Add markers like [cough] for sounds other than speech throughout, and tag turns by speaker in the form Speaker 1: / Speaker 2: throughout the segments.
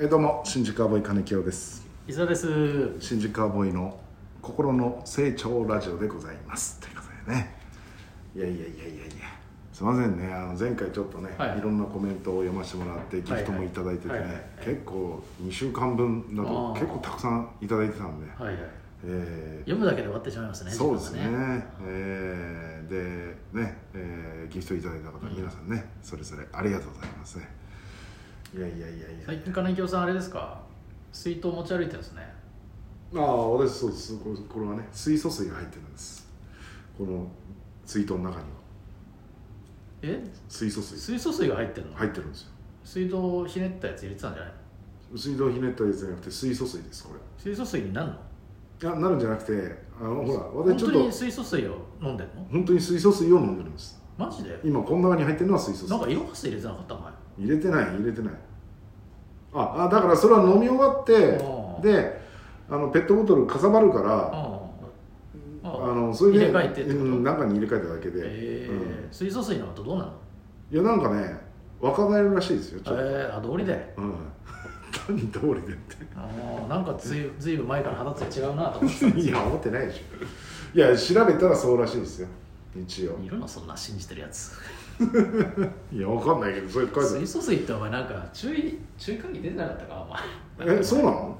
Speaker 1: えどうも新宿アボイ金清です
Speaker 2: 伊沢です
Speaker 1: 新宿アボイの心の成長ラジオでございますということでねいやいやいやいやいやすいませんねあの前回ちょっとね、
Speaker 2: はい
Speaker 1: い、ろんなコメントを読ませてもらってギフトもいただいててね、
Speaker 2: はいはいはいはい
Speaker 1: 結構2週間分だと
Speaker 2: あー
Speaker 1: 結構たくさんいただいてたんで、
Speaker 2: はいはい
Speaker 1: えー
Speaker 2: 読むだけで終わってしまいますね
Speaker 1: そうですね
Speaker 2: 時間が
Speaker 1: えーでね、えーギフトいただいた方、
Speaker 2: うん
Speaker 1: 皆さんねそれぞれありがとうございますねいやいやいやいや
Speaker 2: 最近金井京さんあれですか水筒持ち歩いてるんですね
Speaker 1: ああ私そうですこれこれはね水素水が入ってるんですこの水筒の中には
Speaker 2: え
Speaker 1: 水素水
Speaker 2: 水素水が入ってるの、
Speaker 1: 入ってるんですよ
Speaker 2: 水道をひねったやつ入れてたんじゃないの
Speaker 1: 水道ひねったやつじゃなくて水素水ですこ
Speaker 2: 水素水になるの
Speaker 1: れいやなるんじゃなくてあのほら
Speaker 2: 本
Speaker 1: 私ちょ
Speaker 2: 当
Speaker 1: っと
Speaker 2: に水素水を飲んでるの
Speaker 1: 本当に水素水を飲んでるんです
Speaker 2: マジで
Speaker 1: 今この中に入ってるのは水素
Speaker 2: なんか
Speaker 1: 水
Speaker 2: 色は水入れてなかったお前
Speaker 1: 入れてない入れてないああだからそれは飲み終わって
Speaker 2: うん
Speaker 1: であのペットボトルかさばるから
Speaker 2: あ
Speaker 1: あ
Speaker 2: あ
Speaker 1: のそれで
Speaker 2: 入れ替えてってこと
Speaker 1: うん中に入れ替えただけで、
Speaker 2: ええ
Speaker 1: うん
Speaker 2: 水素水の後どうなの
Speaker 1: いやなんかね若返るらしいですよちょっと
Speaker 2: ええあ道理で
Speaker 1: うん何通りでっ
Speaker 2: ああなんかずいずいぶん前から肌つや違うなと思ってたん
Speaker 1: て
Speaker 2: です
Speaker 1: い
Speaker 2: よ
Speaker 1: や思ってないでしょいや調べたらそうらしいですよ一応
Speaker 2: いるのそんな信じてるやつ
Speaker 1: いやわかんないけどそれ書いて
Speaker 2: 水素水ってお前なんか注意注意喚起出てなかったかお
Speaker 1: あ
Speaker 2: 前
Speaker 1: るえそうなの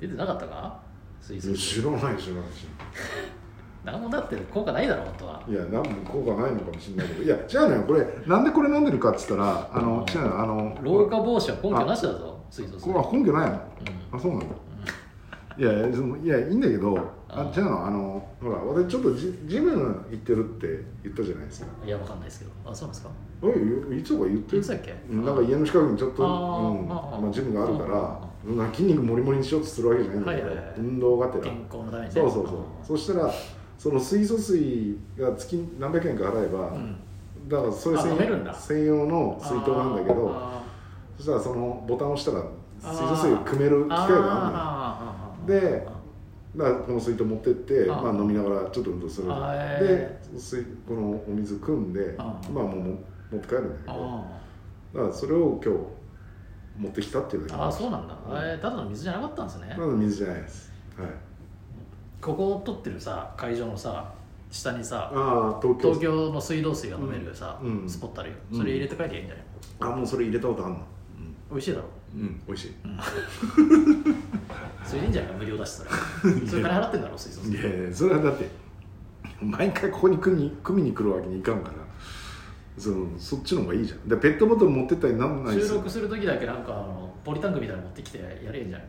Speaker 2: 出てなかったか水
Speaker 1: い
Speaker 2: 素
Speaker 1: や
Speaker 2: 水
Speaker 1: 知らない知らない知
Speaker 2: 何もだって効果ないだろ本当は
Speaker 1: らないいや何も効果ないのかもしれないけどいや違うのよこれなんでこれ飲んでるかっつったらあの違うのあの
Speaker 2: 老化防止は根拠なしだぞ水素
Speaker 1: こ
Speaker 2: 水
Speaker 1: れは根拠ないの
Speaker 2: う
Speaker 1: あそうなんだいやいやそのいやいいんだけど
Speaker 2: う
Speaker 1: あ
Speaker 2: ん
Speaker 1: 違うのあのほら私ちょっとジジム行ってるって言ったじゃないですか
Speaker 2: んいやわかんないですけどあそうなんですか
Speaker 1: おいいつか言って
Speaker 2: い
Speaker 1: る
Speaker 2: つだっけ
Speaker 1: うんなんか家の近くにちょっと、
Speaker 2: あー
Speaker 1: うん
Speaker 2: あー
Speaker 1: まあ、ジムがあるから
Speaker 2: あ、
Speaker 1: なんか筋肉もりもりにしようとするわけじゃないんだけど、
Speaker 2: はいはいはい
Speaker 1: 運動がてら
Speaker 2: 健康のためにね
Speaker 1: そうそうそうそしたらその水素水が月何百円か払えば、
Speaker 2: うん
Speaker 1: だからそれ
Speaker 2: あ飲めるんだ
Speaker 1: 専用の水筒なんだけど
Speaker 2: あ
Speaker 1: そしたらそのボタンを押したら
Speaker 2: あ
Speaker 1: 水素水を汲める機械
Speaker 2: ー
Speaker 1: があ
Speaker 2: あー
Speaker 1: るのよ
Speaker 2: あー
Speaker 1: でるのよだからこの水筒持ってって
Speaker 2: あー
Speaker 1: まあ、飲みながらちょっと運動する
Speaker 2: あー
Speaker 1: で
Speaker 2: え
Speaker 1: 水このお水汲んで
Speaker 2: あー
Speaker 1: まあもうも持って帰るんだけ
Speaker 2: あーあーあー
Speaker 1: ど。
Speaker 2: あ
Speaker 1: だからそれを今日持ってきたっていうだ
Speaker 2: ー
Speaker 1: け
Speaker 2: あーそうなんだ
Speaker 1: うん
Speaker 2: えーただの水じゃなかったんですね
Speaker 1: まだ水じゃないですはい
Speaker 2: ここを取ってるさ会場のさ下にさ
Speaker 1: ああ東京
Speaker 2: 東京の水道水が飲めるさ、
Speaker 1: うん
Speaker 2: スポットあるよ
Speaker 1: うん
Speaker 2: それ入れて帰りゃいいんじゃない、
Speaker 1: あもうそれ入れたことあんの
Speaker 2: 美味しいだろ
Speaker 1: うん、うん、美味しい
Speaker 2: それでいいんじゃないか無料
Speaker 1: [laughs]
Speaker 2: だしそれそれ金払ってんだろ水素
Speaker 1: い
Speaker 2: 水
Speaker 1: やいやそれはだって毎回ここに組み組みに来るわけにいかんからそのそっちの方がいいじゃんでペットボトル持ってったりなんない
Speaker 2: 収
Speaker 1: する
Speaker 2: 録する時だけなんかあのポリタンクみたいなの持ってきてやればいいんじゃない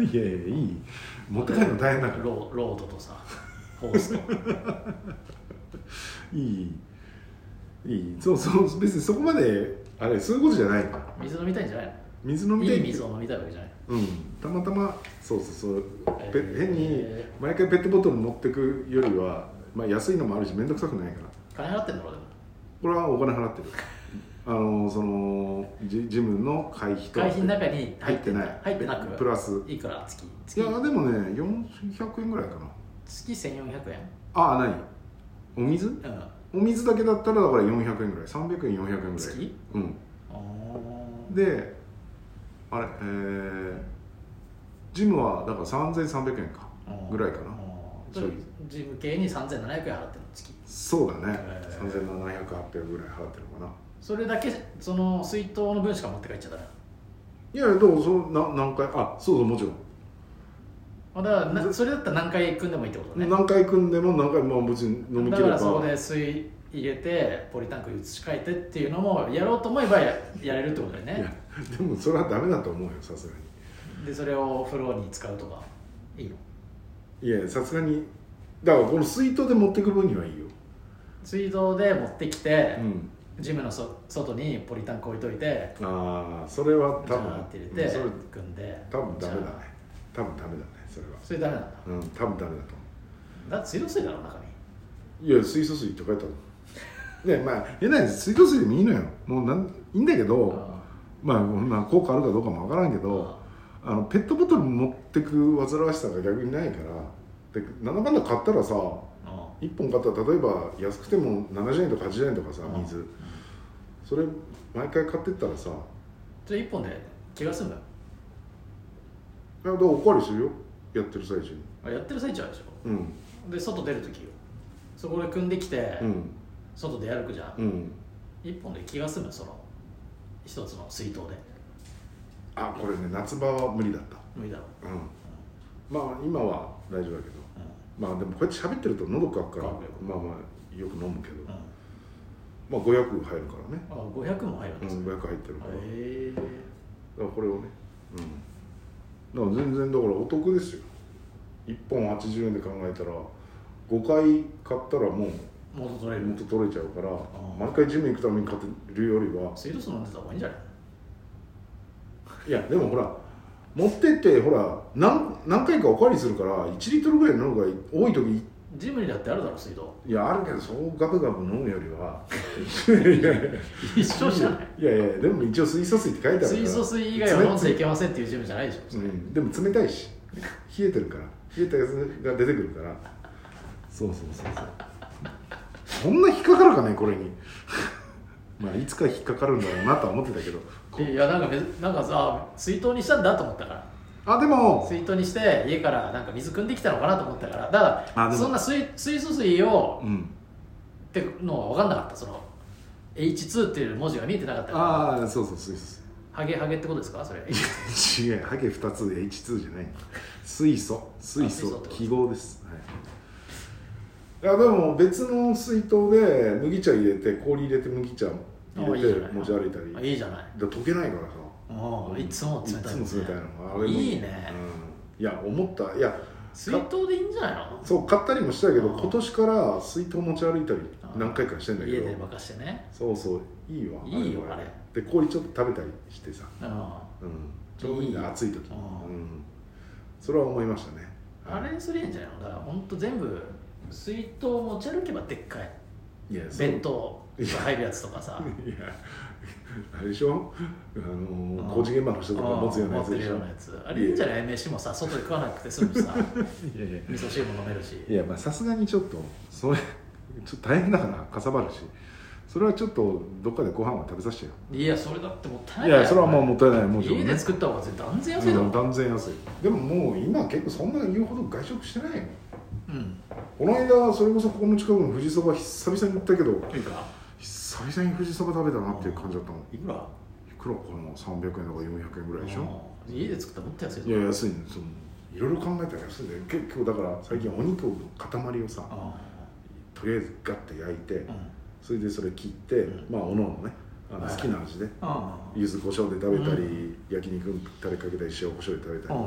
Speaker 1: いやいやいい持って帰るの大変だから
Speaker 2: ローロードとさホ
Speaker 1: [laughs]
Speaker 2: ースと
Speaker 1: いいいいそうそう別にそこまであれそういうことじゃないから
Speaker 2: 水飲みたいんじゃない
Speaker 1: 水飲
Speaker 2: の
Speaker 1: みた
Speaker 2: い
Speaker 1: い
Speaker 2: い水を飲みたいわけじゃない
Speaker 1: うんたまたまそうそうそう、ペ
Speaker 2: えー
Speaker 1: 変に毎回ペットボトル持ってくよりは、まあ、安いのもあるし面倒くさくないから
Speaker 2: 金払ってんだろでも
Speaker 1: これはお金払ってるあのそのジジムの会費と
Speaker 2: 会費の中に
Speaker 1: 入ってない
Speaker 2: 入ってなく
Speaker 1: プラス
Speaker 2: いくら月
Speaker 1: い
Speaker 2: 月
Speaker 1: やでもね400円ぐらいかな
Speaker 2: 月1400円
Speaker 1: ああ何お水
Speaker 2: うん
Speaker 1: お水だけだったらだから400円ぐらい300円400円ぐらい
Speaker 2: 月
Speaker 1: うん
Speaker 2: あー
Speaker 1: であれえー、ジムはだから3300円かぐらいかな
Speaker 2: あーそれジム系に3700円払ってんの月
Speaker 1: そうだね、
Speaker 2: えー
Speaker 1: 3700、800ぐらい払ってるのかな。
Speaker 2: それだけその水筒の分しか持って帰っちゃダメ
Speaker 1: いや、でも、そのな何回、あそうそう、もちろん、
Speaker 2: あだからなそれだったら何回組んでもいいってことね
Speaker 1: 何回組んでも、何回、まあ、別に飲み
Speaker 2: だ
Speaker 1: 切
Speaker 2: か
Speaker 1: れ
Speaker 2: らそこ
Speaker 1: ば、
Speaker 2: で水入れてポリタンクに移し替えてっていうのもやろうと思えばややれるってことだよ
Speaker 1: いや
Speaker 2: ね、
Speaker 1: でも、それはダメだと思うよ、さすが
Speaker 2: でそれをお風呂に使うとかいいの
Speaker 1: に。いや、さすがに、だから、この水筒で持ってく分にはいいよ。
Speaker 2: 水道で持ってきて
Speaker 1: う、ん、
Speaker 2: ジムのそ外にポリタンク置いといて
Speaker 1: ああ、それは
Speaker 2: ジ
Speaker 1: 多
Speaker 2: ャー
Speaker 1: 分
Speaker 2: って入れ
Speaker 1: う
Speaker 2: て
Speaker 1: んそれ
Speaker 2: 組んで
Speaker 1: 多分ダメだ
Speaker 2: じ
Speaker 1: ね
Speaker 2: ゃあ。
Speaker 1: 多分ダメだね、それは。
Speaker 2: それダメなんだ
Speaker 1: うん、多分ダメだと思
Speaker 2: だって水道水だろ中身
Speaker 1: う。いや、水素水って書いてある。で、まあ、変ないです水道水でもいいのよ。もうなん、いいんだけど。まあ、まあ効果あるかどうかもわからんけどあのペットボトル持ってく煩わしさが逆にないからでなんだかんだ買ったらさ
Speaker 2: うんうん
Speaker 1: 1本買ったら例えば安くても70円とか80円とかさ
Speaker 2: うん
Speaker 1: 水それ毎回買ってったらさ
Speaker 2: それ一本で気が済む
Speaker 1: だからおかわりするよやってる最中に
Speaker 2: あやってる最中あるでし
Speaker 1: うん
Speaker 2: ょで外出る時よそこで組んできて、
Speaker 1: うん
Speaker 2: 外出歩くじゃん、
Speaker 1: うん
Speaker 2: 一本で気が済むその一つの水筒で
Speaker 1: あこれね夏場は無理だった
Speaker 2: 無理だろ
Speaker 1: うんまあ今は大丈夫だけど
Speaker 2: う、
Speaker 1: まあでもこうやって喋ってると喉乾くから
Speaker 2: 乾くよ
Speaker 1: まあまあよく飲むけど
Speaker 2: うんうん
Speaker 1: まあ500入るからね、
Speaker 2: あ500も入るん
Speaker 1: う
Speaker 2: です
Speaker 1: ん、
Speaker 2: ね
Speaker 1: 500入ってるから、
Speaker 2: へえ
Speaker 1: だからこれをねうんだから全然だからお得ですよ1本80円で考えたら5回買ったらもう
Speaker 2: 元取れる
Speaker 1: 元取れちゃうから
Speaker 2: ー
Speaker 1: 毎回ジム行くために買ってるよりは
Speaker 2: 水道水飲んでた方がいいんじゃない
Speaker 1: いやでもほら持ってってほら何何回かおかわりするから1リットルぐらい飲む方が多い時
Speaker 2: ジムにだってあるだろ
Speaker 1: [laughs]
Speaker 2: 水道
Speaker 1: いやあるけどそうガブガブ飲むより
Speaker 2: [laughs]
Speaker 1: はいやいや
Speaker 2: 一緒じゃない
Speaker 1: いやいやでも一応水素水って書いてあるから
Speaker 2: 水素水以外は飲んじゃいけませんっていうジムじゃないでしょ、
Speaker 1: うん、でも冷たいし冷えてるから冷えたやつが出てくるからそうそうそうそうそんな引っかかるかねこれにまあいつか引っかかるんだろうなとは思ってたけどこ
Speaker 2: いやなんかめなんかさ水筒にしたんだと思ったから
Speaker 1: あでも
Speaker 2: 水筒にして家からなんか水汲んできたのかなと思ったからだか
Speaker 1: あ
Speaker 2: ら
Speaker 1: でも
Speaker 2: そんな水水素水を
Speaker 1: うん
Speaker 2: ってのは分かんなかったその H2 っていう文字が見えてなかったか
Speaker 1: ああそうそう水素
Speaker 2: らハゲハゲってことですかそれ
Speaker 1: 水違うハゲ2つ H2 じゃない水素水
Speaker 2: あ水素
Speaker 1: 素
Speaker 2: ってこと
Speaker 1: 記号です、はいいやでも別の水筒で麦茶入れて氷入れて麦茶入れ
Speaker 2: あいいじゃな
Speaker 1: て
Speaker 2: い
Speaker 1: 持ち歩いたり
Speaker 2: あいいじゃない
Speaker 1: だから溶けないからさ
Speaker 2: もういつも冷たい,、
Speaker 1: いつも冷たいのあれも
Speaker 2: いいね、
Speaker 1: うんいや思ったいや
Speaker 2: 水筒でいいんじゃないの
Speaker 1: そう買ったりもしたけど
Speaker 2: あー
Speaker 1: 今年から水筒持ち歩いたり
Speaker 2: あー
Speaker 1: 何回かしてんだけ
Speaker 2: 家で
Speaker 1: ど
Speaker 2: 任してね
Speaker 1: そうそういいわ
Speaker 2: いいよ
Speaker 1: は
Speaker 2: あ
Speaker 1: で
Speaker 2: れ
Speaker 1: 氷ちょっと食べたりしてさ、
Speaker 2: うん
Speaker 1: うん、ちょうどいい
Speaker 2: いい
Speaker 1: な暑い時
Speaker 2: あ
Speaker 1: う
Speaker 2: ー
Speaker 1: んそれは思いましたね
Speaker 2: あれにすりゃいいんじゃないのだからほんと全部水筒持ち歩けばでっかい
Speaker 1: いやそう
Speaker 2: 弁当が入るやつとかさ
Speaker 1: いやあれでしょあのー
Speaker 2: あー
Speaker 1: 工事現場の人とか持つようなやつ
Speaker 2: 持
Speaker 1: で
Speaker 2: ってる
Speaker 1: し
Speaker 2: よ
Speaker 1: ょ
Speaker 2: うなやつあれいいんじゃない飯もさ外で食わなくて済む
Speaker 1: [laughs]
Speaker 2: しさ
Speaker 1: いやいや
Speaker 2: 味噌汁も飲めるし
Speaker 1: いやまあさすがにちょっとそれちょっと大変だからかさばるしそれはちょっとどっかでご飯は食べさせてよ
Speaker 2: いやそれだってもったいない
Speaker 1: い
Speaker 2: よ
Speaker 1: やそれはもうもったいないもちろん
Speaker 2: 家
Speaker 1: ね
Speaker 2: で作った方が絶対断然安いだろ
Speaker 1: うん断然安いでももう今結構そんな言うほど外食してないよ
Speaker 2: うん
Speaker 1: この間それこそここの近くの富士そば久々に行ったけど
Speaker 2: いいか
Speaker 1: 久々に富士そば食べたなっていう感じだったの
Speaker 2: いくら
Speaker 1: いくらこれも300円とか400円ぐらいでしょ
Speaker 2: うん家で作ったらもっと安い
Speaker 1: い
Speaker 2: ぞ
Speaker 1: や安いねそのいろいろ考えたら安いんだよ結構だから最近お肉の塊をさとりあえずガッて焼いて
Speaker 2: うん
Speaker 1: それでそれ切って、
Speaker 2: うん
Speaker 1: まあおのおのねあの
Speaker 2: はい
Speaker 1: 好きな味で
Speaker 2: うん
Speaker 1: 柚子胡椒で食べたり、
Speaker 2: う
Speaker 1: 焼肉にタレかけたり塩胡椒で食べた
Speaker 2: う
Speaker 1: り、
Speaker 2: ん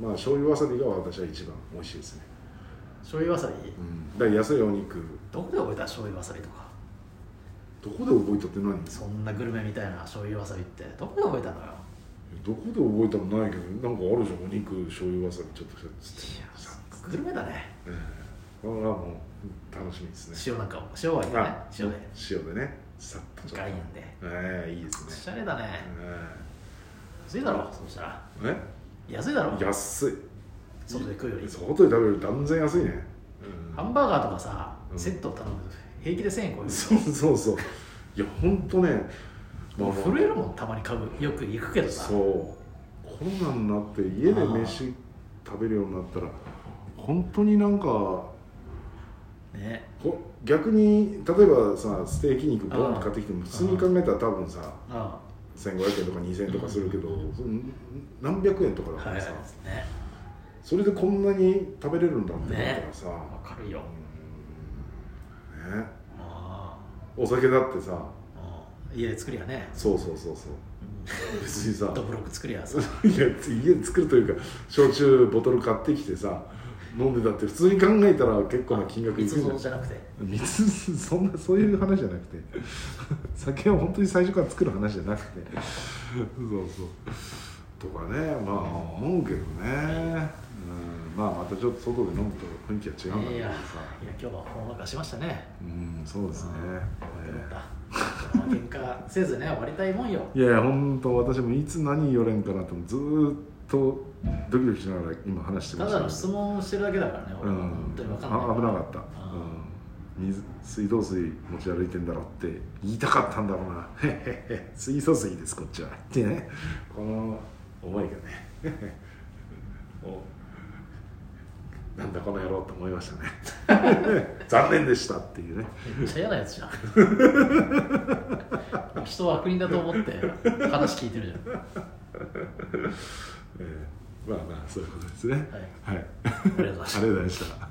Speaker 1: まあ醤油わさびが私は一番美味しいですね、
Speaker 2: 醤油わさび
Speaker 1: うん、だから安いお肉
Speaker 2: どこで覚えた醤油わさびとか
Speaker 1: どこで覚えたって何
Speaker 2: そんなグルメみたいな醤油わさびってどこで覚えたのよ
Speaker 1: どこで覚えたもないけどなんかあるじゃんお肉醤油わさびちょっと
Speaker 2: いや
Speaker 1: さ
Speaker 2: グルメだね
Speaker 1: ええこれはもう楽しみですね
Speaker 2: 塩なんかも塩はいいね
Speaker 1: あ
Speaker 2: 塩で
Speaker 1: 塩でねさっとちょっ
Speaker 2: ガ
Speaker 1: と
Speaker 2: インで
Speaker 1: ええいいで
Speaker 2: お
Speaker 1: す
Speaker 2: し
Speaker 1: ね
Speaker 2: ゃれだね
Speaker 1: え
Speaker 2: 安いだろそうしたら
Speaker 1: えね
Speaker 2: 安いだろ
Speaker 1: 安い
Speaker 2: 外で食うより
Speaker 1: 外で食べるより断然安いね、
Speaker 2: ハンバーガーとかさ
Speaker 1: うん
Speaker 2: セット頼むと平気で1000円超え
Speaker 1: うん、
Speaker 2: る
Speaker 1: そうそうそういやほんとね
Speaker 2: もう
Speaker 1: まあ
Speaker 2: 震えるもんたまに買うよく行くけどさ
Speaker 1: そうコロナになって家で飯食べるようになったら本当になんか
Speaker 2: ね
Speaker 1: こ逆に例えばさステーキ肉ボンっ
Speaker 2: ああ
Speaker 1: て買ってきても普通に考えたら多分さ
Speaker 2: あ
Speaker 1: 1500円とか2000円とかするけど、
Speaker 2: うん
Speaker 1: その何百円とか
Speaker 2: あ
Speaker 1: だか
Speaker 2: はい
Speaker 1: ら
Speaker 2: ね
Speaker 1: さ、それでこんなに食べれるんだってなった
Speaker 2: ね
Speaker 1: らさ、
Speaker 2: わかるよ
Speaker 1: うんね
Speaker 2: あ
Speaker 1: お酒だってさ
Speaker 2: あうん家で作りゃね
Speaker 1: そうそうそうそう別にさ
Speaker 2: [laughs] ドブロック作り
Speaker 1: [laughs]
Speaker 2: ゃさ
Speaker 1: いや家で作るというか焼酎ボトル買ってきてさ飲んでたって普通に考えたら結構な金額いく
Speaker 2: 密
Speaker 1: じゃ
Speaker 2: 造
Speaker 1: ん
Speaker 2: じゃなくて
Speaker 1: 水そんなそういう話じゃなくて酒を本当に最初から作る話じゃなくてそうそうとかねまあ思うけどね、うん、まあまたちょっと外で飲むと雰囲気は違うんだ
Speaker 2: い
Speaker 1: けど
Speaker 2: やいや
Speaker 1: さ
Speaker 2: 今日はほんわかしましたね
Speaker 1: うんそうですね
Speaker 2: よ
Speaker 1: え
Speaker 2: かったこの喧嘩せずね終わりたいもんよ
Speaker 1: えいやいや本当私もいつ何言われんかなとずーっとドキドキしながら今話して
Speaker 2: た
Speaker 1: ました
Speaker 2: だの質問をしてるだけだからね、
Speaker 1: う
Speaker 2: 俺は
Speaker 1: ん
Speaker 2: 本当に分かんない
Speaker 1: あ危なかった、
Speaker 2: うん
Speaker 1: 水水道水持ち歩いてんだろって言いたかったんだろうなへへへ水素水ですこっちはってねこの思いがねへ [laughs] へおなんだこの野郎と思いました [laughs] ね残念でしたっていうね
Speaker 2: めっちゃ嫌な
Speaker 1: [laughs]
Speaker 2: やつじゃんもう人を悪人だと思って話聞いてるじゃん
Speaker 1: えーまあまあそういうことですね
Speaker 2: はい
Speaker 1: はい、
Speaker 2: ありがとうございました
Speaker 1: ありがとうございました